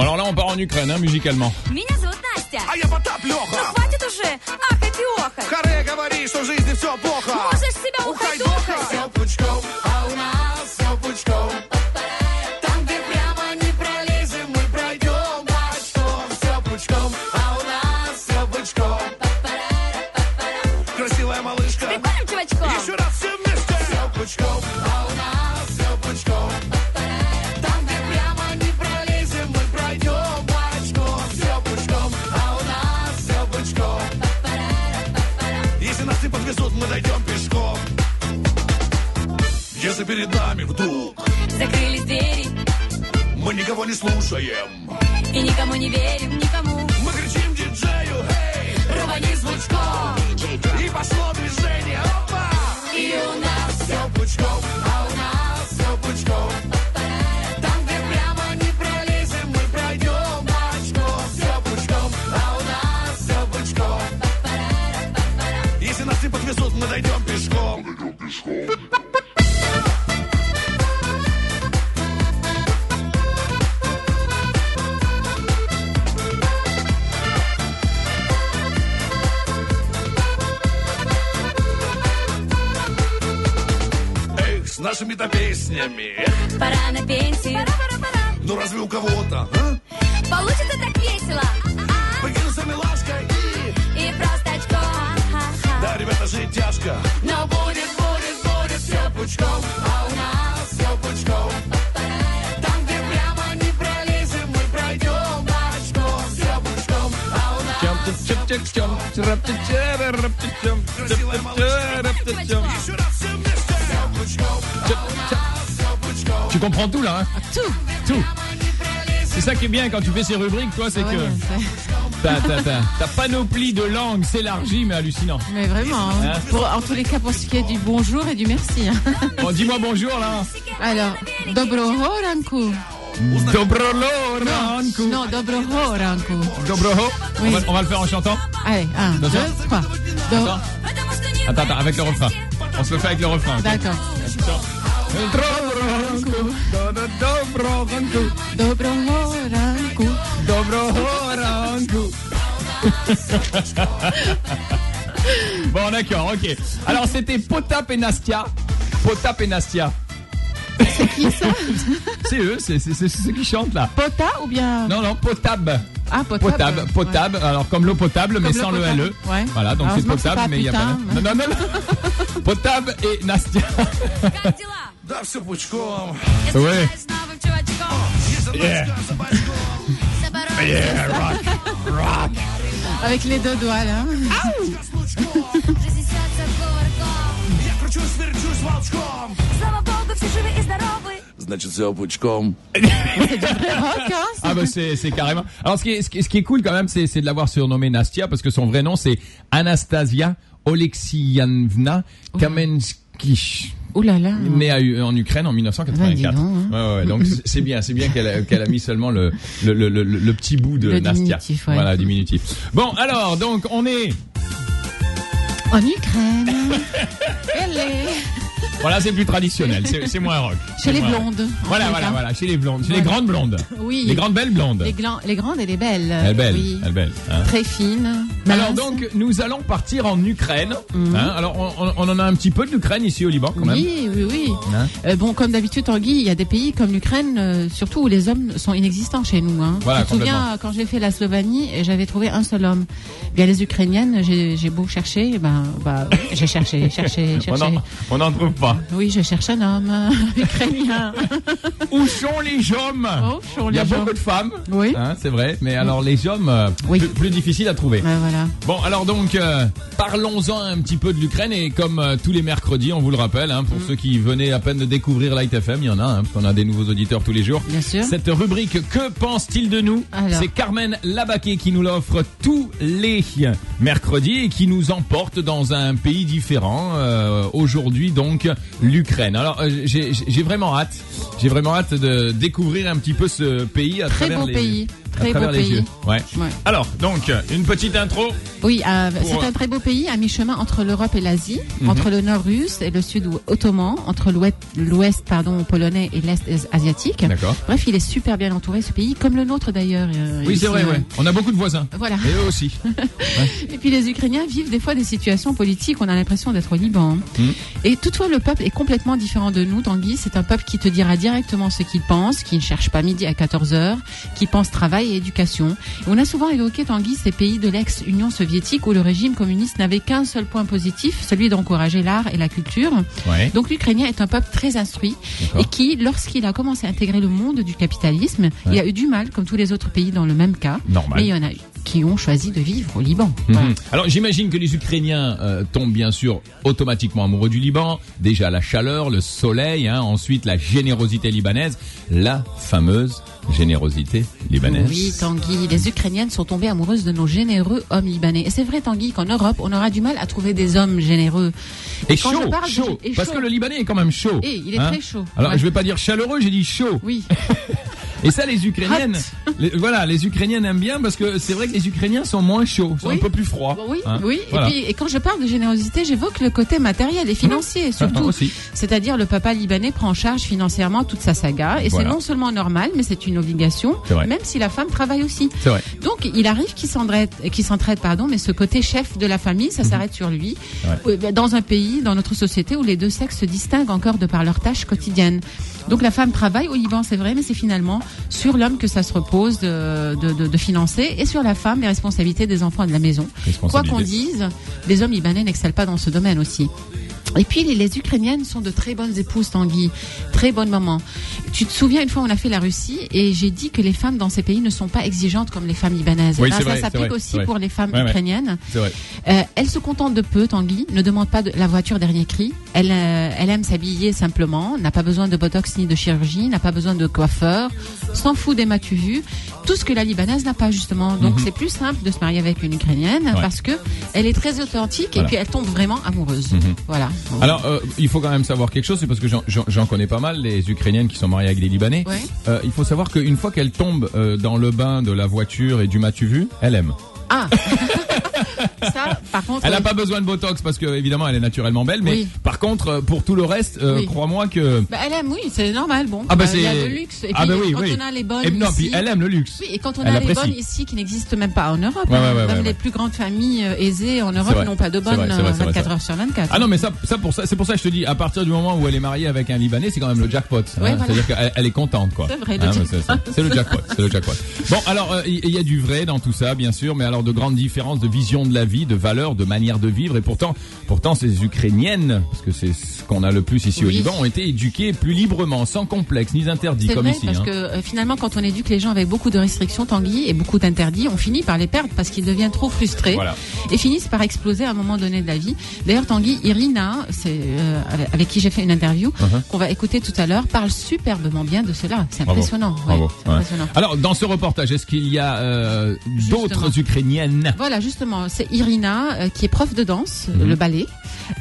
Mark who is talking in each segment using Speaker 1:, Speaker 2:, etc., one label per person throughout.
Speaker 1: Жанюк Рена музыкальмон.
Speaker 2: Меня зовут Настя.
Speaker 3: А я Потап
Speaker 2: Ну
Speaker 3: Леха.
Speaker 2: хватит уже ахать и охать.
Speaker 3: Харе говори, что в жизни все плохо.
Speaker 2: Можешь себя ухайдохать.
Speaker 3: Ухайдохай.
Speaker 4: пучком, а у нас все пучком. Там, где прямо не пролезем, мы пройдем. Да что, все пучком, а у нас все пучком.
Speaker 3: Красивая малышка.
Speaker 2: Прикольным чувачком.
Speaker 3: Еще раз все вместе.
Speaker 4: Все пучком, а у нас все пучком. Там, где прямо не пролезем, мы пройдем. Да что, все пучком, а у нас все пучком.
Speaker 3: Если нас не подвезут, мы дойдем пешком. Если перед нами вдруг
Speaker 2: Закрылись двери
Speaker 3: мы никого не слушаем,
Speaker 2: и никому не верим, никому.
Speaker 3: мы кричим диджею, эй,
Speaker 2: Рвани с лучком.
Speaker 3: и пошло движение, опа!
Speaker 2: И у нас
Speaker 4: Все пучком, а у нас все пучком. Там, где прямо не пролезем, мы пройдем. Да что, все пучком, а у нас все пучком.
Speaker 3: Если нас не подвезут, мы дойдем пешком. Эх, с нашими-то песнями.
Speaker 2: пора на пенсию.
Speaker 3: Ну разве у кого-то, а?
Speaker 2: Получится так весело. А-а.
Speaker 3: Прикинулся милашкой и...
Speaker 2: И просто очко. А-ха-ха.
Speaker 3: Да, ребята, жить тяжко.
Speaker 4: Но будет, будет, будет все пучком, а у нас все пучком. Там, где прямо не пролезем, мы пройдем. Да что, все пучком, а у нас
Speaker 3: Красивая малышка. Еще раз все вместе.
Speaker 4: пучком.
Speaker 1: Tu comprends tout là, hein? Tout! Tout! C'est ça qui est bien quand tu fais ces rubriques, toi, c'est
Speaker 5: Ah ouais,
Speaker 1: que
Speaker 5: c'est-
Speaker 1: ta, ta, ta, ta panoplie de langues s'élargit, mais hallucinant.
Speaker 5: Mais vraiment, hein.
Speaker 1: Hein
Speaker 5: Pour- en tous les cas pour ce qui est du bonjour et du merci. hein.
Speaker 1: Bon, dis-moi bonjour là.
Speaker 5: Alors, dobrohoranku.
Speaker 1: Dobrohoranku.
Speaker 5: Non, dobrohoranku.
Speaker 1: Dobroho. On,
Speaker 5: Oui.
Speaker 1: va, on va le faire en chantant.
Speaker 5: Allez, un, deux,
Speaker 1: D'accord.
Speaker 5: trois. Do-
Speaker 1: Attends, attends, attends, avec le refrain. On se le fait avec le refrain. ok
Speaker 5: D'accord.
Speaker 1: Dobrohoranku. Dobrohoranku.
Speaker 5: Dobrohoranku.
Speaker 1: Dobrohoranku. Bon, d'accord, ok. Alors, c'était Potap et Nastia. Potap et Nastia. C'est qui ça C'est eux, c'est c'est- c'est ceux qui chantent là.
Speaker 5: Pota ou bien
Speaker 1: Non, non, Potab.
Speaker 5: Ah, potable.
Speaker 1: Potable,
Speaker 5: ouais.
Speaker 1: potable, alors comme l'eau potable, mais
Speaker 5: Comme
Speaker 1: sans
Speaker 5: l'eau
Speaker 1: le
Speaker 5: potable,
Speaker 1: LE.
Speaker 5: ouais.
Speaker 1: Voilà, donc c'est
Speaker 5: Heureusement que c'est
Speaker 1: potable,
Speaker 5: pas
Speaker 1: mais il n'y a pas.
Speaker 5: putain,
Speaker 1: Non, non, non, non. potable et Nastia.
Speaker 2: Как дела?
Speaker 3: Да, все пучком.
Speaker 2: Я
Speaker 1: Ouais.
Speaker 2: встречаюсь с новым чувачком.
Speaker 3: Если
Speaker 1: Yeah.
Speaker 3: нас собачком.
Speaker 2: Соборол.
Speaker 5: Avec les deux doigts là.
Speaker 2: Жизнь несется кувырком.
Speaker 3: Я кручусь, верчусь волчком.
Speaker 2: Слава богу, все живы и здоровы.
Speaker 3: Значит, все пучком.
Speaker 5: Rock, hein, c'est-
Speaker 1: Ah bah c'est c'est carrément. Alors ce qui est, ce qui est- ce qui est cool quand même, c'est c'est de l'avoir surnommée Nastia parce que son vrai nom c'est Anastasia Oleksiyanvna
Speaker 5: Oh.
Speaker 1: Kamenskich.
Speaker 5: Ouh là là.
Speaker 1: Née à U- en Ukraine en 1984.
Speaker 5: Ah, dis donc,
Speaker 1: ouais, ouais, donc c'est- c'est bien, c'est bien qu'elle a, qu'elle a mis seulement le, le, le, le, le petit bout de
Speaker 5: Le
Speaker 1: Nastia.
Speaker 5: diminutif, ouais.
Speaker 1: Voilà, diminutif. Bon, alors, donc on est...
Speaker 5: En Ukraine. Elle est
Speaker 1: Voilà, c'est plus traditionnel, c'est c'est moins rock.
Speaker 5: chez
Speaker 1: C'est
Speaker 5: les
Speaker 1: moins rock.
Speaker 5: blondes. en
Speaker 1: Voilà,
Speaker 5: fait,
Speaker 1: voilà,
Speaker 5: hein.
Speaker 1: voilà, chez les blondes, chez les
Speaker 5: Voilà.
Speaker 1: grandes blondes.
Speaker 5: Oui.
Speaker 1: Les grandes belles blondes.
Speaker 5: Les, glan- les grandes et les belles.
Speaker 1: Elle est belle,
Speaker 5: Oui.
Speaker 1: elle est belle. hein.
Speaker 5: Très fines.
Speaker 1: Alors
Speaker 5: minces.
Speaker 1: donc nous allons partir en Ukraine. Hein, alors on, on- on en a un petit peu de l'Ukraine ici au Liban quand même.
Speaker 5: Mhm. Oui, oui, oui.
Speaker 1: Hein
Speaker 5: Euh, bon, comme d'habitude, Tanguy, il y a des pays comme l'Ukraine, euh, surtout où les hommes sont inexistants chez nous. Hein.
Speaker 1: Voilà,
Speaker 5: je me souviens,
Speaker 1: complètement.
Speaker 5: euh, quand j'ai fait la Slovanie, et j'avais trouvé un seul homme. Eh Bien, les Ukrainiennes, j'ai j'ai beau chercher, eh ben, bah, j'ai cherché, cherché,
Speaker 1: On
Speaker 5: cherché.
Speaker 1: n'en on n'en trouve pas.
Speaker 5: Oui, je cherche un homme ukrainien.
Speaker 1: Où sont les hommes
Speaker 5: Où sont
Speaker 1: Il y a
Speaker 5: Oh, les
Speaker 1: beaucoup
Speaker 5: hommes
Speaker 1: de femmes.
Speaker 5: Oui.
Speaker 1: Hein, c'est vrai. Mais alors les hommes, euh,
Speaker 5: Oui.
Speaker 1: plus, plus difficile à trouver.
Speaker 5: Ouais, Bah, voilà.
Speaker 1: Bon, alors donc, euh, parlons-en un petit peu de l'Ukraine et comme euh, tous les mercredis, on vous le rappelle, hein,
Speaker 5: Mhm.
Speaker 1: pour ceux qui venaient à peine de découvrir Light FM, il y en a, hein, parce qu'on a des nouveaux auditeurs tous les jours.
Speaker 5: Bien sûr.
Speaker 1: Cette rubrique Que pense-t-il de nous
Speaker 5: Alors.
Speaker 1: C'est Carmen Labaquet qui nous l'offre tous les mercredis et qui nous emporte dans un pays différent. euh, Aujourd'hui donc l'Ukraine. Alors euh, j'ai j'ai vraiment hâte, j'ai vraiment hâte de découvrir un petit peu ce pays à
Speaker 5: Très
Speaker 1: travers
Speaker 5: beau
Speaker 1: les
Speaker 5: pays. Très
Speaker 1: à travers
Speaker 5: beau
Speaker 1: les
Speaker 5: pays.
Speaker 1: yeux. Ouais.
Speaker 5: Ouais.
Speaker 1: Alors, donc, une petite intro.
Speaker 5: Oui, euh, c'est
Speaker 1: euh,
Speaker 5: un très beau pays à mi-chemin entre l'Europe et l'Asie,
Speaker 1: Mhm.
Speaker 5: entre le nord russe et le sud ou- ottoman, entre l'ouest- l'ouest pardon polonais et l'est as- asiatique.
Speaker 1: D'accord.
Speaker 5: Bref, il est super bien entouré ce pays, comme le nôtre d'ailleurs. euh,
Speaker 1: Oui,
Speaker 5: ici,
Speaker 1: c'est vrai,
Speaker 5: euh,
Speaker 1: ouais. On a beaucoup de voisins.
Speaker 5: Voilà.
Speaker 1: Et eux aussi.
Speaker 5: Et puis les Ukrainiens vivent des fois des situations politiques, on a l'impression d'être au Liban.
Speaker 1: Mhm.
Speaker 5: Et toutefois, le peuple est complètement différent de nous, Tanguy. C'est un peuple qui te dira directement ce qu'il pense, qui ne cherche pas midi à 14h, qui pense travail et éducation. Et on a souvent évoqué, Tanguy, ces pays de l'ex-Union soviétique où le régime communiste n'avait qu'un seul point positif, celui d'encourager l'art et la culture.
Speaker 1: Ouais.
Speaker 5: Donc l'Ukrainien est un peuple très instruit
Speaker 1: D'accord.
Speaker 5: et qui, lorsqu'il a commencé à intégrer le monde du capitalisme, il a eu du mal, comme tous les autres pays dans le même cas.
Speaker 1: Normal.
Speaker 5: Mais il y en a qui ont choisi de vivre au Liban.
Speaker 1: Mhm.
Speaker 5: Voilà.
Speaker 1: Alors j'imagine que les Ukrainiens euh, tombent bien sûr automatiquement amoureux du Liban. Déjà la chaleur, le soleil, hein, ensuite la générosité libanaise, la fameuse générosité libanaise.
Speaker 5: Oui, Tanguy, les Ukrainiennes sont tombées amoureuses de nos généreux hommes libanais. Et c'est vrai, Tanguy, qu'en Europe, on aura du mal à trouver des hommes généreux.
Speaker 1: Et
Speaker 5: quand je
Speaker 1: chaud,
Speaker 5: parle de-
Speaker 1: chaud,
Speaker 5: et
Speaker 1: parce
Speaker 5: chaud.
Speaker 1: que le Libanais est quand même chaud. hein.
Speaker 5: Eh, il est très chaud.
Speaker 1: Alors
Speaker 5: Ouais.
Speaker 1: je vais pas dire chaleureux, j'ai dit chaud.
Speaker 5: Oui,
Speaker 1: Et ça, les Ukrainiennes, les- voilà, les Ukrainiennes aiment bien parce que c'est vrai que les Ukrainiens sont moins chauds, sont
Speaker 5: Oui. Bah
Speaker 1: un peu plus froids.
Speaker 5: oui,
Speaker 1: hein.
Speaker 5: oui.
Speaker 1: Voilà.
Speaker 5: Et puis, et quand je parle de générosité, j'évoque le côté matériel et financier, surtout.
Speaker 1: Ah aussi.
Speaker 5: C'est-à-dire, le papa libanais prend en charge financièrement toute sa saga. Et
Speaker 1: Voilà.
Speaker 5: c'est non seulement normal, mais c'est une obligation,
Speaker 1: C'est vrai.
Speaker 5: même si la femme travaille aussi.
Speaker 1: C'est vrai.
Speaker 5: Donc, il arrive qu'il s'entraide, qu'il s'entraide, pardon, mais ce côté chef de la famille,
Speaker 1: Mhm.
Speaker 5: ça s'arrête sur lui.
Speaker 1: Ouais.
Speaker 5: Euh, ben, Dans un pays, dans notre société, où les deux sexes se distinguent encore de par leurs tâches quotidiennes. Donc, la femme travaille au Liban, c'est vrai, mais c'est finalement sur l'homme que ça se repose euh, de, de, de- de financer et sur la femme les responsabilités des enfants et de la maison. Quoi
Speaker 1: Responsabilité.
Speaker 5: qu'on dise, les hommes libanais n'excellent pas dans ce domaine aussi. Et puis les, les Ukrainiennes sont de très bonnes épouses, Tanguy, très bonnes mamans. Tu te souviens une fois on a fait la Russie et j'ai dit que les femmes dans ces pays ne sont pas exigeantes comme les femmes libanaises.
Speaker 1: Oui,
Speaker 5: Eh ben,
Speaker 1: c'est vrai,
Speaker 5: ça
Speaker 1: c'est
Speaker 5: s'applique
Speaker 1: vrai, c'est
Speaker 5: aussi
Speaker 1: vrai.
Speaker 5: pour les femmes
Speaker 1: Ouais, ouais.
Speaker 5: ukrainiennes.
Speaker 1: C'est vrai.
Speaker 5: Euh, elles se contentent de peu, Tanguy, ne demandent pas de la voiture dernier cri. Elle, euh, elle aime s'habiller simplement, n'a pas besoin de botox ni de chirurgie, n'a pas besoin de coiffeur, s'en fout des matu vues, tout ce que la libanaise n'a pas justement. Donc c'est plus simple de se marier avec une ukrainienne
Speaker 1: Mhm. Ouais.
Speaker 5: parce que elle est très authentique
Speaker 1: Voilà. Mhm.
Speaker 5: et puis elle tombe vraiment amoureuse. Voilà.
Speaker 1: Alors, euh, il faut quand même savoir quelque chose, c'est parce que j'en- j'en j'en connais pas mal, les Ukrainiennes qui sont mariées avec des Libanais.
Speaker 5: Ouais.
Speaker 1: Euh, il faut savoir qu'une fois qu'elles tombent euh, dans le bain de la voiture et du matu vu, elle aime.
Speaker 5: Ah. Ça, par contre.
Speaker 1: Elle n'a
Speaker 5: oui.
Speaker 1: pas besoin de Botox parce que évidemment elle est naturellement belle, mais
Speaker 5: Oui.
Speaker 1: par contre euh, pour tout le reste, euh,
Speaker 5: Oui.
Speaker 1: crois-moi que
Speaker 5: Bah, elle aime, oui, c'est normal. Bon,
Speaker 1: ah bah
Speaker 5: Euh,
Speaker 1: c'est
Speaker 5: il y a le luxe. Et puis,
Speaker 1: ah bah oui
Speaker 5: quand
Speaker 1: oui
Speaker 5: on a les bonnes
Speaker 1: et non
Speaker 5: ici-
Speaker 1: puis elle aime le luxe.
Speaker 5: Oui, et quand on
Speaker 1: Elle
Speaker 5: a les
Speaker 1: apprécie.
Speaker 5: bonnes ici qui n'existent même pas en Europe,
Speaker 1: Ouais, ouais,
Speaker 5: hein,
Speaker 1: ouais,
Speaker 5: même
Speaker 1: ouais, ouais.
Speaker 5: les plus grandes familles euh, aisées en
Speaker 1: C'est
Speaker 5: Europe
Speaker 1: vrai.
Speaker 5: n'ont pas de
Speaker 1: C'est vrai,
Speaker 5: bonnes
Speaker 1: c'est vrai,
Speaker 5: euh,
Speaker 1: c'est vrai,
Speaker 5: 24
Speaker 1: c'est
Speaker 5: heures sur 24.
Speaker 1: Ah non mais ça, ça pour ça c'est pour ça que je te dis à partir du moment où elle est mariée avec un libanais c'est quand même le jackpot. hein.
Speaker 5: voilà.
Speaker 1: C'est-à-dire qu'elle elle est contente quoi.
Speaker 5: C'est vrai, le
Speaker 1: mais
Speaker 5: jackpot.
Speaker 1: c'est- C'est le jackpot. C'est le jackpot. Bon alors euh, il il y a du vrai dans tout ça bien sûr mais alors de grandes différences de vision de la vie, de valeurs, de manière de vivre et pourtant pourtant ces Ukrainiennes parce que c'est ce qu'on a le plus ici au
Speaker 5: Oui.
Speaker 1: Liban ont été éduquées plus librement sans complexe ni interdit
Speaker 5: C'est
Speaker 1: comme
Speaker 5: vrai,
Speaker 1: ici.
Speaker 5: parce
Speaker 1: hein.
Speaker 5: que euh, finalement, quand on éduque les gens avec beaucoup de restrictions, Tanguy, et beaucoup d'interdits, on finit par les perdre parce qu'ils deviennent trop frustrés
Speaker 1: Voilà.
Speaker 5: et finissent par exploser à un moment donné de la vie. D'ailleurs, Tanguy, Irina, c'est euh, avec- avec qui j'ai fait une interview,
Speaker 1: Uh-huh.
Speaker 5: qu'on va écouter tout à l'heure, parle superbement bien de cela. C'est
Speaker 1: Bravo.
Speaker 5: impressionnant. ouais,
Speaker 1: Bravo,
Speaker 5: c'est
Speaker 1: ouais.
Speaker 5: impressionnant.
Speaker 1: Alors, dans ce reportage, est-ce qu'il y a euh, d'autres Ukrainiennes
Speaker 5: Voilà, justement, c'est Irina euh, qui est prof de danse,
Speaker 1: Mhm.
Speaker 5: le ballet.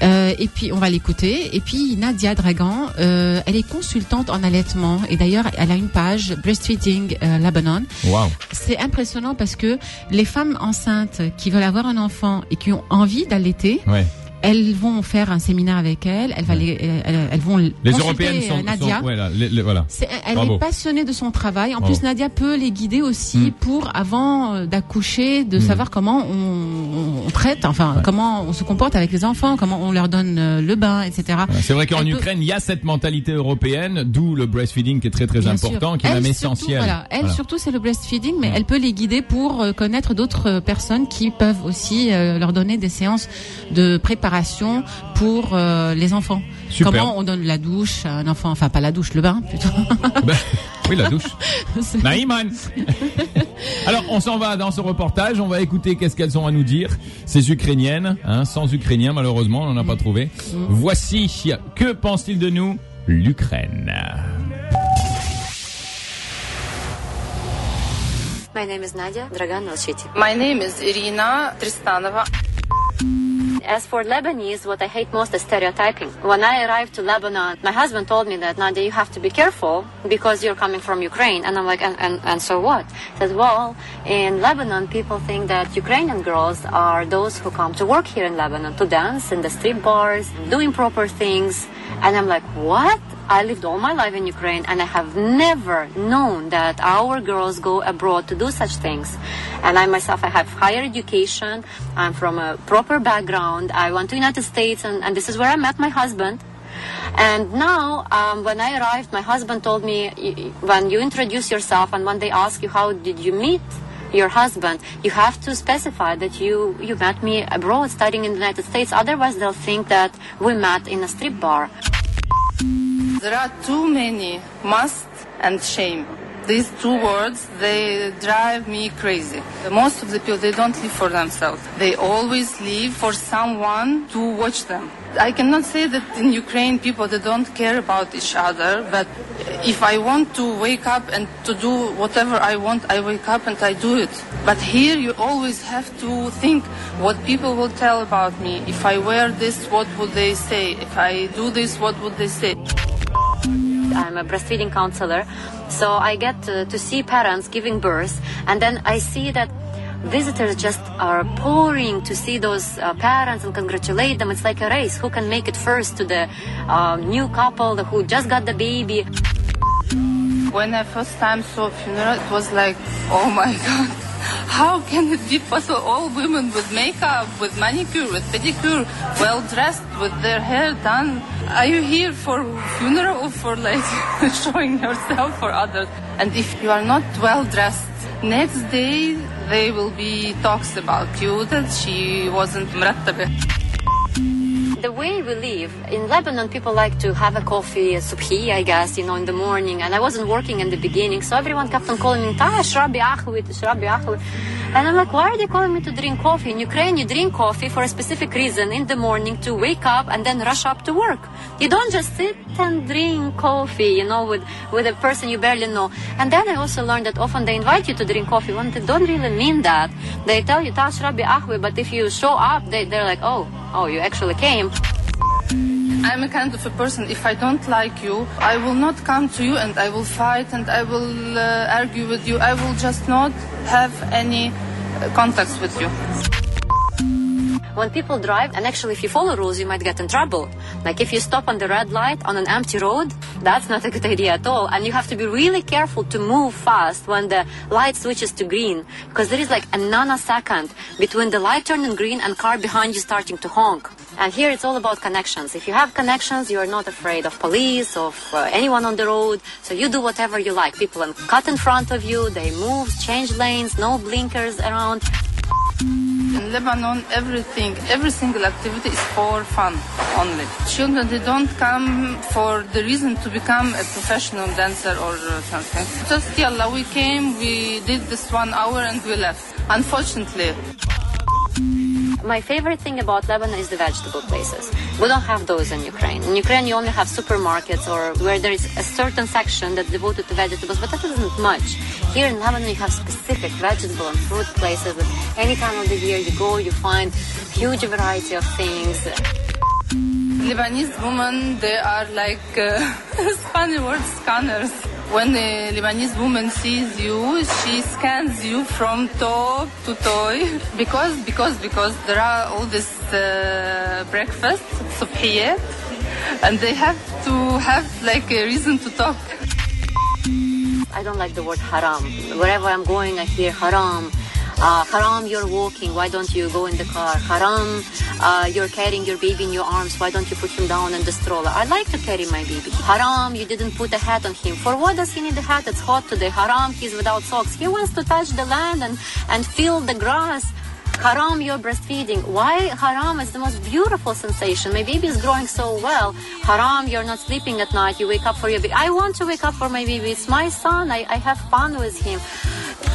Speaker 5: Euh, et puis on va l'écouter. Et puis Nadia Dragan, euh, elle est consultante en allaitement et d'ailleurs elle a une page Breastfeeding euh, Lebanon.
Speaker 1: Waouh
Speaker 5: C'est impressionnant parce que les femmes enceintes qui veulent avoir un enfant et qui ont envie d'allaiter,
Speaker 1: Ouais.
Speaker 5: elles vont faire un séminaire avec elle. Elles, va les- euh, elles, elles vont
Speaker 1: Les
Speaker 5: consulter,
Speaker 1: Européennes
Speaker 5: euh,
Speaker 1: sont...
Speaker 5: Nadia.
Speaker 1: sont- ouais, là, les- les- voilà.
Speaker 5: C'est- elle
Speaker 1: Bravo.
Speaker 5: est passionnée de son travail. En
Speaker 1: Bravo.
Speaker 5: plus, Nadia peut les guider aussi
Speaker 1: Mm.
Speaker 5: pour, avant euh, d'accoucher,
Speaker 1: Hmm.
Speaker 5: de savoir comment on, on traite, enfin, comment on se comporte avec les enfants, comment on leur donne euh, le bain, etc.
Speaker 1: Voilà. C'est vrai qu'en
Speaker 5: Elle peut-
Speaker 1: Ukraine, il y a cette mentalité européenne, d'où le breastfeeding qui est très très
Speaker 5: Bien sûr.
Speaker 1: important, qui est
Speaker 5: Elle,
Speaker 1: même
Speaker 5: surtout,
Speaker 1: essentiel.
Speaker 5: Voilà. Elle,
Speaker 1: Voilà.
Speaker 5: surtout, c'est le breastfeeding, mais elle peut les guider pour euh, connaître d'autres euh, personnes qui peuvent aussi euh, leur donner des séances de préparation pour euh, les enfants.
Speaker 1: Super.
Speaker 5: Comment on donne la douche à un enfant, enfin, pas la douche, le bain, plutôt.
Speaker 1: Ben, oui, la douche.
Speaker 5: C'est-
Speaker 1: Naïman Alors, on s'en va dans ce reportage, on va écouter qu'est-ce qu'elles ont à nous dire, ces Ukrainiennes, hein, sans Ukrainiens malheureusement, on n'en a
Speaker 5: Mm.
Speaker 1: pas trouvé. Voici, que pense-t-il de nous L'Ukraine.
Speaker 6: My name is Nadia Dragan Melchiti.
Speaker 7: My name is Irina Tristanova.
Speaker 6: As for Lebanese, what I hate most is stereotyping. When I arrived to Lebanon, my husband told me that Nadia, you have to be careful because you're coming from Ukraine. And I'm like, and, and, and so what? He said, well, in Lebanon, people think that Ukrainian girls are those who come to work here in Lebanon, to dance in the strip bars, do improper things. And I'm like, what? I lived all my life in Ukraine and I have never known that our girls go abroad to do such things. And I myself, I have higher education. I'm from a proper background. I went to United States and, and this is where I met my husband. And now, um, when I arrived, my husband told me, "Y- y- when you introduce yourself and when they ask you, how did you meet your husband, you have to specify that you, you met me abroad studying in the United States. Otherwise, they'll think that we met in a strip bar.
Speaker 7: There are too many must and shame. These two words, they drive me crazy. Most of the people, they don't live for themselves. They always live for someone to watch them. I cannot say that in Ukraine people, they don't care about each other, but if I want to wake up and to do whatever I want, I wake up and I do it. But here you always have to think what people will tell about me. If I wear this, what would they say? If I do this, what would they say?
Speaker 6: I'm a breastfeeding counselor, so I get to, to see parents giving birth, and then I see that visitors just are pouring to see those uh, parents and congratulate them. It's like a race who can make it first to the uh, new couple who just got the baby.
Speaker 7: When I first time saw funeral, it was like, oh my god, how can it be possible? All women with makeup, with manicure, with pedicure, well dressed, with their hair done. Are you here for funeral or for like showing yourself for others? And if you are not well dressed, next day they will be talks about you that she wasn't مرتبة.
Speaker 6: The way we live in Lebanon, people like to have a coffee, a subhi, I guess, you know, in the morning. And I wasn't working in the beginning, so everyone kept on calling me, "Ah, shrabi akhwi, shrabi akhwi." And I'm like, why are they calling me to drink coffee? In Ukraine, you drink coffee for a specific reason in the morning to wake up and then rush up to work. You don't just sit and drink coffee, you know, with, with a person you barely know. And then I also learned that often they invite you to drink coffee when they don't really mean that. They tell you, "Ah, shrabi akhwi, but if you show up, they, they're like, oh, oh, you actually came.
Speaker 7: I'm a kind of a person, if I don't like you, I will not come to you and I will fight and I will uh, argue with you. I will just not have any uh, contacts with you.
Speaker 6: when people drive and actually if you follow rules you might get in trouble like if you stop on the red light on an empty road that's not a good idea at all and you have to be really careful to move fast when the light switches to green because there is like a nanosecond between the light turning green and car behind you starting to honk and here it's all about connections if you have connections you are not afraid of police of uh, anyone on the road so you do whatever you like people um, cut in front of you they move change lanes no blinkers around
Speaker 7: In Lebanon, everything, every single activity is for fun only. Children, they don't come for the reason to become a professional dancer or uh, something. Just, yalla, we came, we did this one hour and we left. Unfortunately,
Speaker 6: My favorite thing about Lebanon is the vegetable places. We don't have those in Ukraine. In Ukraine, you only have supermarkets or where there is a certain section that's devoted to vegetables, but that isn't much. Here in Lebanon, you have specific vegetable and fruit places. That any time of the year you go, you find huge variety of things.
Speaker 7: Lebanese women, they are like, uh, funny word, scanners. When a Lebanese woman sees you, she scans you from top to toe. Because, because, because there are all this uh, breakfast, subhiyat, and they have to have like a reason to talk.
Speaker 6: I don't like the word haram. Wherever I'm going, I hear haram. Uh, haram, you're walking. Why don't you go in the car? Haram, uh, you're carrying your baby in your arms. Why don't you put him down in the stroller? I like to carry my baby. Haram, you didn't put a hat on him. For what does he need a hat? It's hot today. Haram, he's without socks. He wants to touch the land and, and feel the grass. Haram, you're breastfeeding. Why haram is the most beautiful sensation? My baby is growing so well. Haram, you're not sleeping at night. You wake up for your baby. I want to wake up for my baby. It's my son. I, I have fun with him.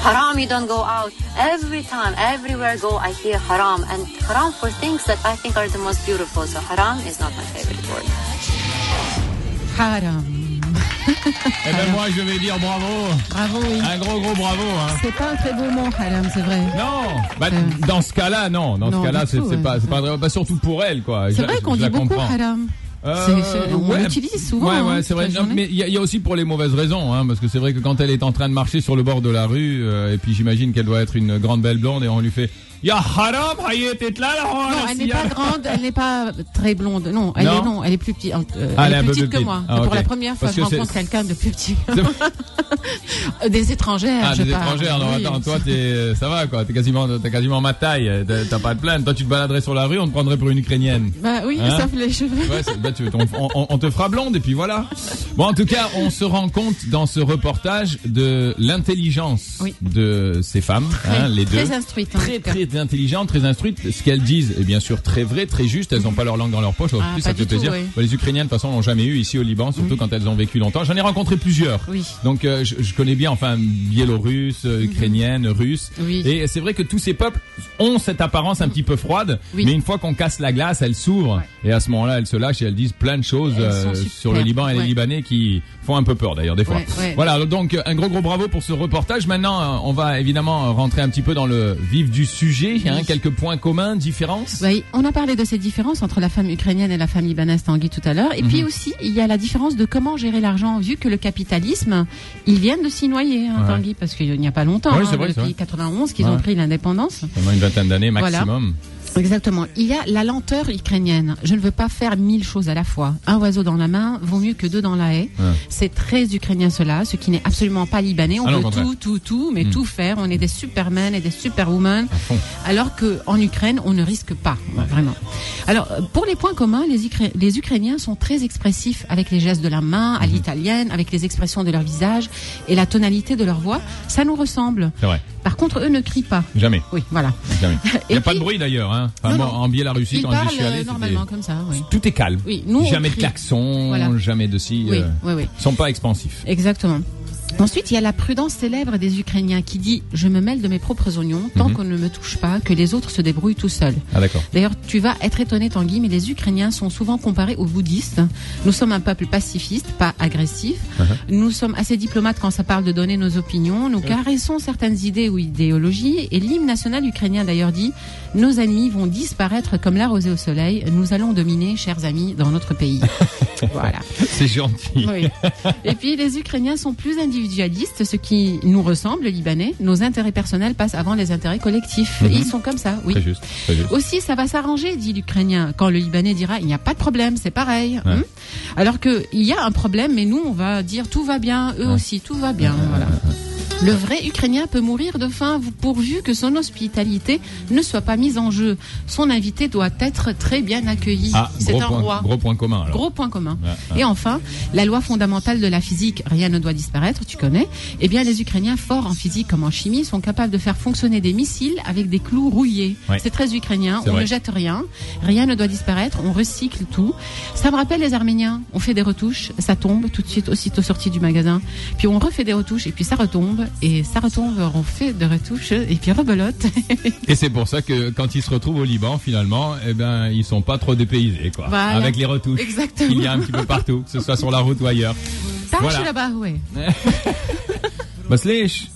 Speaker 6: Haram, you don't go out. Every time, everywhere I go, I hear haram. And haram for things that I think are the most beautiful. So haram is not my favorite word.
Speaker 5: Haram.
Speaker 1: Eh ben moi je vais dire bravo,
Speaker 5: Bravo, oui.
Speaker 1: un gros gros bravo. Hein.
Speaker 5: C'est pas un très beau mot, Haram, c'est vrai.
Speaker 1: Non, bah,
Speaker 5: Euh.
Speaker 1: dans ce cas-là non, dans
Speaker 5: Non,
Speaker 1: ce cas-là
Speaker 5: du
Speaker 1: c'est
Speaker 5: tout,
Speaker 1: c'est
Speaker 5: ouais.
Speaker 1: pas, c'est pas vrai. Bah, surtout pour elle quoi. Je
Speaker 5: C'est
Speaker 1: la-
Speaker 5: vrai
Speaker 1: je-
Speaker 5: qu'on
Speaker 1: je
Speaker 5: dit
Speaker 1: la
Speaker 5: beaucoup
Speaker 1: comprends.
Speaker 5: Haram.
Speaker 1: Euh,
Speaker 5: C'est- c'est- on
Speaker 1: ouais,
Speaker 5: l'utilise souvent,
Speaker 1: Ouais, ouais,
Speaker 5: hein,
Speaker 1: c'est vrai.
Speaker 5: toute la
Speaker 1: Non,
Speaker 5: journée.
Speaker 1: mais il y, a- il y a aussi pour les mauvaises raisons, hein, parce que c'est vrai que quand elle est en train de marcher sur le bord de la rue, euh, et puis j'imagine qu'elle doit être une grande belle blonde, et on lui fait Ya haram, hayet et là, là, oh,
Speaker 5: Non,
Speaker 1: là,
Speaker 5: elle
Speaker 1: si,
Speaker 5: n'est pas
Speaker 1: hein.
Speaker 5: grande, elle n'est pas très blonde. Non, elle
Speaker 1: Non.
Speaker 5: est non, elle est plus petite. euh,
Speaker 1: Ah, elle
Speaker 5: elle
Speaker 1: est
Speaker 5: est
Speaker 1: un
Speaker 5: plus
Speaker 1: peu
Speaker 5: petite
Speaker 1: plus
Speaker 5: que
Speaker 1: petite.
Speaker 5: moi.
Speaker 1: Ah,
Speaker 5: Et Pour
Speaker 1: ok.
Speaker 5: la première fois,
Speaker 1: Parce
Speaker 5: je
Speaker 1: que c'est-
Speaker 5: rencontre quelqu'un de plus petit.
Speaker 1: C'est-
Speaker 5: des étrangères.
Speaker 1: Ah,
Speaker 5: je
Speaker 1: des
Speaker 5: parle.
Speaker 1: étrangères, non,
Speaker 5: Oui.
Speaker 1: attends, toi, t'es, euh, ça va, quoi, t'es quasiment, t'as quasiment ma taille, euh, t'as- t'as pas de plainte. Toi, tu te baladerais sur la rue, on te prendrait pour une ukrainienne.
Speaker 5: Bah oui,
Speaker 1: Hein
Speaker 5: sauf les cheveux.
Speaker 1: Ouais, c'est- bah, tu- on, on- on te fera blonde et puis voilà. Bon, en tout cas, on se rend compte dans ce reportage de l'intelligence
Speaker 5: Oui.
Speaker 1: de ces femmes, hein, les deux.
Speaker 5: Très instruite. en
Speaker 1: Très,
Speaker 5: tout cas.
Speaker 1: très intelligentes, très instruites. Ce qu'elles disent est bien sûr très vrai, très juste. Elles n'ont pas leur langue dans leur poche. En
Speaker 5: Ah,
Speaker 1: plus,
Speaker 5: pas
Speaker 1: ça fait
Speaker 5: du tout,
Speaker 1: plaisir.
Speaker 5: oui.
Speaker 1: Bah, les Ukrainiens, de toute façon, n'ont jamais eu ici au Liban, surtout quand elles ont vécu longtemps. J'en ai rencontré plusieurs.
Speaker 5: Oui. Mhm.
Speaker 1: Donc, euh, je, je connais bien, enfin, biélorusse, euh, ukrainienne, russe.
Speaker 5: Oui.
Speaker 1: Et c'est vrai que tous ces peuples ont cette apparence un petit peu froide.
Speaker 5: Oui.
Speaker 1: Mais une fois qu'on casse la glace, elles s'ouvrent. Et à ce moment-là, elles se lâchent et elles disent plein de choses
Speaker 5: Elles
Speaker 1: euh,
Speaker 5: sont super.
Speaker 1: sur le Liban et les
Speaker 5: Ouais.
Speaker 1: Libanais qui font un peu peur d'ailleurs, des fois.
Speaker 5: Ouais, ouais.
Speaker 1: Voilà. Voilà, donc euh, un gros gros bravo pour ce reportage. Maintenant, euh, on va évidemment euh, rentrer un petit peu dans le vif du sujet. Hein, quelques points communs, différences.
Speaker 5: Oui, on a parlé de cette différence entre la femme ukrainienne et la femme libanaise Tanguy tout à l'heure. Et
Speaker 1: Mhm.
Speaker 5: puis aussi, il y a la différence de comment gérer l'argent, vu que le capitalisme, ils viennent de s'y noyer, hein,
Speaker 1: Ouais.
Speaker 5: Tanguy, parce qu'il n'y a pas longtemps, hein,
Speaker 1: Oui, c'est vrai, c'est vrai.
Speaker 5: depuis 91 qu'ils ont
Speaker 1: Ouais.
Speaker 5: pris l'indépendance.
Speaker 1: Pendant une vingtaine d'années maximum.
Speaker 5: Exactement. Il y a la lenteur ukrainienne. Je ne veux pas faire mille choses à la fois. Un oiseau dans la main vaut mieux que deux dans la haie.
Speaker 1: Ouais.
Speaker 5: C'est très ukrainien cela, ce qui n'est absolument pas libanais. On
Speaker 1: Ah non, au
Speaker 5: veut
Speaker 1: contraire.
Speaker 5: tout, tout, tout, mais
Speaker 1: Mm.
Speaker 5: tout faire. On est des supermen et des superwomen.
Speaker 1: fond.
Speaker 5: Alors que en Ukraine, on ne risque pas, vraiment. Alors, euh, pour les points communs, les, Ukra- les Ukrainiens sont très expressifs avec les gestes de la main,
Speaker 1: Hmm.
Speaker 5: à l'italienne, avec les expressions de leur visage et la tonalité de leur voix. Ça nous ressemble.
Speaker 1: C'est vrai.
Speaker 5: Par contre, eux ne crient pas.
Speaker 1: Jamais.
Speaker 5: Oui, voilà.
Speaker 1: jamais. Il n'y a
Speaker 5: Et
Speaker 1: pas de
Speaker 5: puis-
Speaker 1: bruit d'ailleurs. Hein. Enfin,
Speaker 5: Non,
Speaker 1: moi,
Speaker 5: non.
Speaker 1: En Biélorussie,
Speaker 5: Ils
Speaker 1: quand j'y
Speaker 5: parlent
Speaker 1: suis allé,
Speaker 5: euh,
Speaker 1: c'était-
Speaker 5: normalement comme ça, oui.
Speaker 1: tout est calme.
Speaker 5: Oui, nous, on
Speaker 1: jamais de
Speaker 5: crie.
Speaker 1: klaxon,
Speaker 5: Voilà.
Speaker 1: jamais de si.
Speaker 5: Oui,
Speaker 1: euh,
Speaker 5: oui, oui.
Speaker 1: Ils sont pas expansifs.
Speaker 5: Exactement. Ensuite, il y a la prudence célèbre des Ukrainiens qui dit Je me mêle de mes propres oignons tant
Speaker 1: Mhm.
Speaker 5: qu'on ne me touche pas, que les autres se débrouillent tout seuls.
Speaker 1: Ah d'accord.
Speaker 5: D'ailleurs, tu vas être étonné, Tanguy, mais les Ukrainiens sont souvent comparés aux bouddhistes. Nous sommes un peuple pacifiste, pas agressif.
Speaker 1: Ah
Speaker 5: Nous sommes assez diplomates quand ça parle de donner nos opinions.
Speaker 1: Ah.
Speaker 5: Nous caressons certaines idées ou idéologies. Et l'hymne national ukrainien, d'ailleurs, dit Nos ennemis vont disparaître comme la rosée au soleil. Nous allons dominer, chers amis, dans notre pays. voilà.
Speaker 1: C'est gentil.
Speaker 5: Oui. Et puis les Ukrainiens sont plus individualistes, ce qui nous ressemble, les Libanais. Nos intérêts personnels passent avant les intérêts collectifs.
Speaker 1: Mhm.
Speaker 5: Ils sont comme ça, oui.
Speaker 1: Très juste. Très juste.
Speaker 5: Aussi, ça va s'arranger, dit l'Ukrainien, quand le Libanais dira il n'y a pas de problème, c'est pareil.
Speaker 1: Ouais.
Speaker 5: Hmm Alors que il y a un problème, mais nous on va dire tout va bien, eux
Speaker 1: Ouais.
Speaker 5: aussi tout va bien. voilà. Le vrai Ukrainien peut mourir de faim pourvu que son hospitalité ne soit pas mise en jeu. Son invité doit être très bien accueilli.
Speaker 1: Ah,
Speaker 5: c'est
Speaker 1: gros
Speaker 5: un
Speaker 1: point,
Speaker 5: roi.
Speaker 1: gros point commun. Alors.
Speaker 5: Gros point commun.
Speaker 1: Ouais, ouais.
Speaker 5: Et enfin, la loi fondamentale de la physique, rien ne doit disparaître, tu connais. Eh bien, les Ukrainiens, forts en physique comme en chimie, sont capables de faire fonctionner des missiles avec des clous rouillés.
Speaker 1: Ouais.
Speaker 5: C'est très ukrainien.
Speaker 1: C'est
Speaker 5: on
Speaker 1: vrai.
Speaker 5: ne jette rien. Rien ne doit disparaître. On recycle tout. Ça me rappelle les Arméniens. On fait des retouches, ça tombe tout de suite, aussitôt sorti du magasin. Puis on refait des retouches et puis ça retombe. Et ça retombe, on fait des retouches et puis rebelote.
Speaker 1: Et c'est pour ça que quand ils se retrouvent au Liban, finalement, eh ben, ils sont pas trop dépaysés, quoi.
Speaker 5: Voilà.
Speaker 1: Avec les retouches.
Speaker 5: Exactement.
Speaker 1: Il y a un petit peu partout, que ce soit sur la route ou ailleurs.
Speaker 5: Tarche
Speaker 1: Voilà.
Speaker 5: là-bas, ouais.
Speaker 1: Bah, Maslich.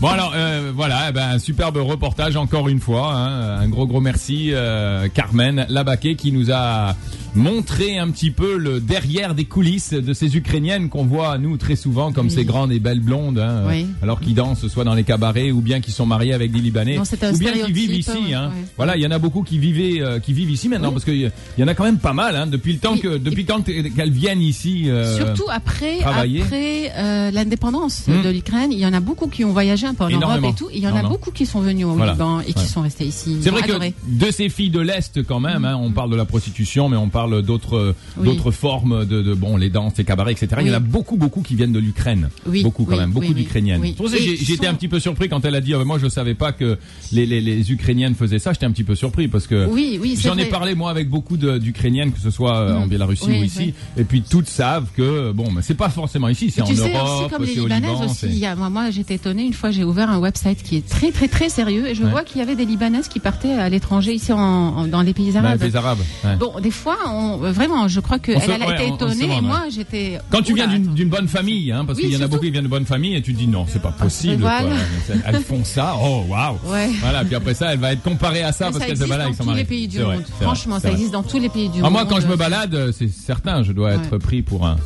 Speaker 1: bon alors euh, voilà, eh ben, un superbe reportage encore une fois. hein. Un gros gros merci euh, Carmen Labaquet qui nous a montré un petit peu le derrière des coulisses de ces Ukrainiennes qu'on voit nous très souvent comme
Speaker 5: Oui.
Speaker 1: ces grandes et belles blondes, hein,
Speaker 5: Oui.
Speaker 1: euh, alors qu'ils dansent soit dans les cabarets ou bien qui sont mariés avec des Libanais,
Speaker 5: Non, c'est un
Speaker 1: ou bien qui vivent
Speaker 5: stéréotype,
Speaker 1: ici.
Speaker 5: ouais,
Speaker 1: hein.
Speaker 5: ouais.
Speaker 1: Voilà, il y en a beaucoup qui vivaient, euh, qui vivent ici maintenant parce qu'il y en a quand même pas mal hein, depuis le temps
Speaker 5: Oui.
Speaker 1: que depuis quand qu'elles viennent ici. euh,
Speaker 5: Surtout après,
Speaker 1: travailler.
Speaker 5: après euh, l'indépendance
Speaker 1: Hmm.
Speaker 5: de l'Ukraine, il y en a beaucoup qui ont voyagé un peu en Europe
Speaker 1: Énormément.
Speaker 5: et tout. et Il y en
Speaker 1: Non,
Speaker 5: a
Speaker 1: non.
Speaker 5: beaucoup qui sont venus au
Speaker 1: Voilà.
Speaker 5: Liban et qui
Speaker 1: Ouais.
Speaker 5: sont restés ici. Ils
Speaker 1: C'est
Speaker 5: ont
Speaker 1: vrai
Speaker 5: adoré.
Speaker 1: que de ces filles de l'Est quand même, hein, on parle de la prostitution, mais on parle d'autres euh,
Speaker 5: Oui.
Speaker 1: d'autres formes de, de bon les danses, les cabarets, etc. Il y en a
Speaker 5: Oui.
Speaker 1: beaucoup beaucoup qui viennent de l'Ukraine,
Speaker 5: Oui,
Speaker 1: beaucoup quand
Speaker 5: oui,
Speaker 1: même, beaucoup
Speaker 5: oui, oui,
Speaker 1: d'Ukrainiennes.
Speaker 5: oui.
Speaker 1: C'est pour ça que
Speaker 5: Et
Speaker 1: j'ai-
Speaker 5: qui
Speaker 1: J'étais
Speaker 5: sont-
Speaker 1: un petit peu surpris quand elle a dit Ah, moi je savais pas que les, les, les Ukrainiennes faisaient ça. J'étais un petit peu surpris parce que
Speaker 5: Oui, oui, c'est
Speaker 1: Euh, j'en ai
Speaker 5: vrai. Mm.
Speaker 1: parlé moi avec beaucoup de- d'Ukrainiennes que ce soit euh, en Biélorussie
Speaker 5: Oui,
Speaker 1: ou ici,
Speaker 5: oui.
Speaker 1: et puis toutes savent que bon, mais c'est pas forcément ici, c'est en
Speaker 5: tu sais aussi
Speaker 1: Europe,
Speaker 5: comme les
Speaker 1: c'est au
Speaker 5: Libanaises
Speaker 1: Liban.
Speaker 5: aussi.
Speaker 1: c'est-
Speaker 5: il y a- moi, moi j'étais étonnée une fois j'ai ouvert un website qui est très très très sérieux et je
Speaker 1: Ouais.
Speaker 5: vois qu'il y avait des Libanaises qui partaient à l'étranger ici en, en- dans les pays
Speaker 1: Bah,
Speaker 5: arabes.
Speaker 1: les Arabes. ouais.
Speaker 5: Bon, des fois, on, on- euh, vraiment, je crois
Speaker 1: On
Speaker 5: qu'elle
Speaker 1: se-
Speaker 5: elle a
Speaker 1: ouais,
Speaker 5: été
Speaker 1: on- on se
Speaker 5: étonnée et
Speaker 1: demande,
Speaker 5: moi j'étais.
Speaker 1: Quand tu
Speaker 5: Oula,
Speaker 1: viens d'une
Speaker 5: attends.
Speaker 1: d'une bonne famille, hein, parce
Speaker 5: Oui,
Speaker 1: qu'il y en a
Speaker 5: surtout. Ah, bah
Speaker 1: beaucoup qui viennent de bonne famille, et tu te dis non, c'est pas possible.
Speaker 5: Voilà.
Speaker 1: quoi. Elles font ça, oh waouh.
Speaker 5: Ouais.
Speaker 1: Voilà, puis après ça, elle va être comparée à ça
Speaker 5: Mais
Speaker 1: parce
Speaker 5: Ça
Speaker 1: qu'elle se
Speaker 5: existe
Speaker 1: balade
Speaker 5: dans
Speaker 1: avec son
Speaker 5: tous
Speaker 1: mari.
Speaker 5: les pays du
Speaker 1: C'est vrai,
Speaker 5: monde.
Speaker 1: c'est vrai,
Speaker 5: Franchement,
Speaker 1: c'est
Speaker 5: ça
Speaker 1: vrai.
Speaker 5: existe dans tous les pays du
Speaker 1: Ah,
Speaker 5: monde.
Speaker 1: moi, quand je me balade, euh, c'est certain, je dois être
Speaker 5: Ouais. Ah,
Speaker 1: pris pour un.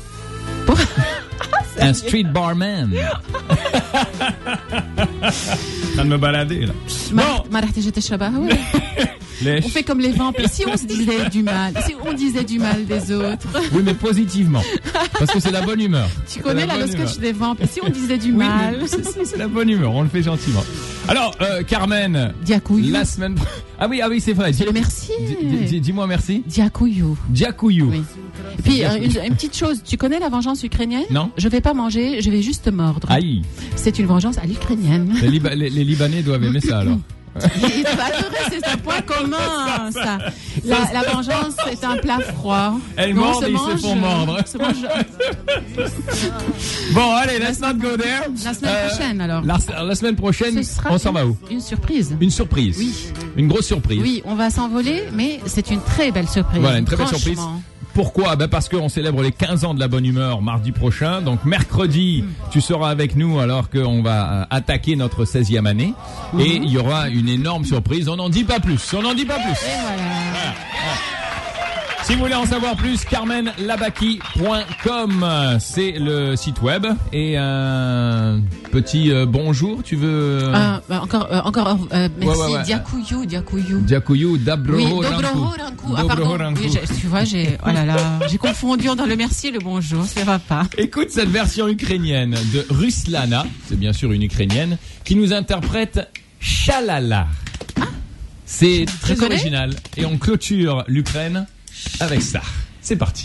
Speaker 5: Pour-
Speaker 1: un street barman. en train de me balader, là.
Speaker 5: Ma-
Speaker 1: Bon,
Speaker 5: ma rahta jeta shabah, ouais.
Speaker 1: les-
Speaker 5: On fait comme les vampires. Si on se disait du mal, si on disait du mal des autres.
Speaker 1: oui, mais positivement. Parce que c'est la bonne humeur.
Speaker 5: Tu connais la,
Speaker 1: bonne
Speaker 5: le
Speaker 1: humeur.
Speaker 5: sketch des vampires. Si on disait du
Speaker 1: Oui,
Speaker 5: mal.
Speaker 1: mais c'est- c'est c'est la bonne humeur, on le fait gentiment. Alors, euh, Carmen,
Speaker 5: Diakouyu.
Speaker 1: la semaine. Ah oui, ah oui, c'est vrai.
Speaker 5: C'est le merci.
Speaker 1: Di- di- di- Dis-moi merci.
Speaker 5: Diakouyu.
Speaker 1: Diakouyou.
Speaker 5: Oui. Et puis, euh, une, une petite chose. Tu connais la vengeance ukrainienne
Speaker 1: Non.
Speaker 5: Je vais pas manger, je vais juste te mordre.
Speaker 1: Aïe,
Speaker 5: C'est une vengeance à l'ukrainienne.
Speaker 1: les, Liba- les- les Libanais doivent aimer ça alors.
Speaker 5: Il va adorer, c'est un point commun, ça. La, la vengeance, c'est un plat froid.
Speaker 1: Elle
Speaker 5: Mais on
Speaker 1: mord
Speaker 5: se
Speaker 1: et ils se
Speaker 5: mange,
Speaker 1: font mordre.
Speaker 5: on se mange
Speaker 1: Bon, allez, let's not go there.
Speaker 5: la semaine
Speaker 1: Euh,
Speaker 5: prochaine, alors.
Speaker 1: La, la semaine prochaine,
Speaker 5: Ce sera
Speaker 1: on s'en va où
Speaker 5: une surprise.
Speaker 1: Une surprise.
Speaker 5: Oui.
Speaker 1: Une grosse surprise.
Speaker 5: Oui, on va s'envoler, mais c'est une très belle surprise.
Speaker 1: Voilà, une très belle surprise.
Speaker 5: Franchement.
Speaker 1: Pourquoi ben Parce qu'on célèbre les 15 ans de la bonne humeur mardi prochain. Donc mercredi,
Speaker 5: Hmm.
Speaker 1: tu seras avec nous alors qu'on va euh, attaquer notre 16e année.
Speaker 5: Hmm.
Speaker 1: Et il y aura une énorme surprise. On n'en dit pas plus. On n'en dit pas plus. Si vous voulez en savoir plus, carmenlabaki.com, euh, c'est le site web. Et un petit euh, bonjour, tu veux
Speaker 5: Ah, bah, encore, euh, encore, euh,
Speaker 1: Ouais,
Speaker 5: merci.
Speaker 1: ouais, ouais.
Speaker 5: Diakouyou, Diakouyou.
Speaker 1: Diakouyou
Speaker 5: Oui,
Speaker 1: Dabroho
Speaker 5: Dobroho
Speaker 1: Rankou.
Speaker 5: Rankou. Ah,
Speaker 1: Dobroho
Speaker 5: pardon.
Speaker 1: Rankou.
Speaker 5: Oui, j'ai- tu vois, j'ai, oh là là, j'ai confondu entre le merci et le bonjour, ça va pas.
Speaker 1: Écoute cette version ukrainienne de Ruslana, c'est bien sûr une ukrainienne, qui nous interprète Chalala. C'est très
Speaker 5: connais.
Speaker 1: original. Et on clôture l'Ukraine avec ça. C'est parti.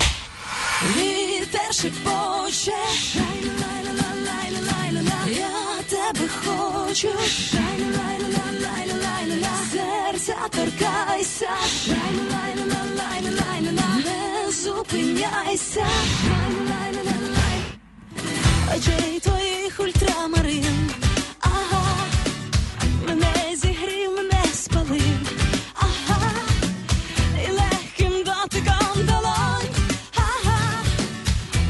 Speaker 8: Вітер шепоче, я тебе хочу, серця торкайся, не зупиняйся, очей твоїх ультрамарин, ага, мене зігрів, мене спалив, ага. І легким дотиком долонь, ага,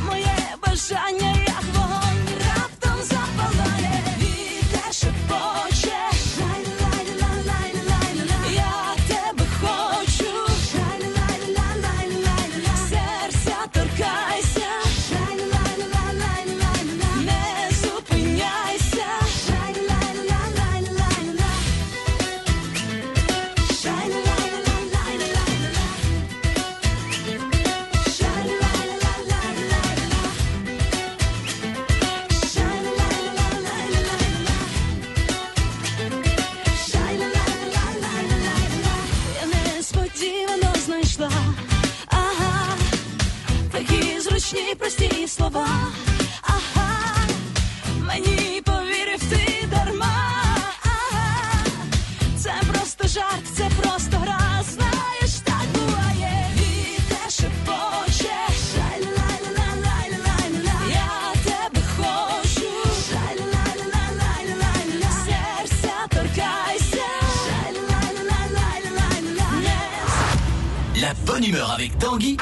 Speaker 8: моє бажання, як вогонь, раптом запалає, вітер шепоче, лай лай лай лай лай лай я тебе хочу, лай лай лай лай лай лай серця торкайся, лай лай лай лай лай лай не зупиняйся, лай лай лай лай лай лай Несподівано знайшла, ага, такі зручні, прості слова, ага, мені повірив ти дарма, ага. Це просто жарт, це просто гра. Знаєш, так буває. Вітер шепоче. Ля-ля-ля-ля-ля-ля-ля. Я тебе хочу. Ля-ля-ля-ля-ля-ля-ля. Серця торкайся. Ля-ля-ля-ля-ля-ля-ля. Не
Speaker 9: La bonne humeur avec Tanguy.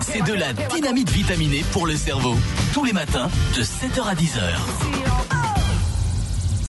Speaker 9: C'est de la dynamite vitaminée pour le cerveau. Tous les matins, de 7h à 10h.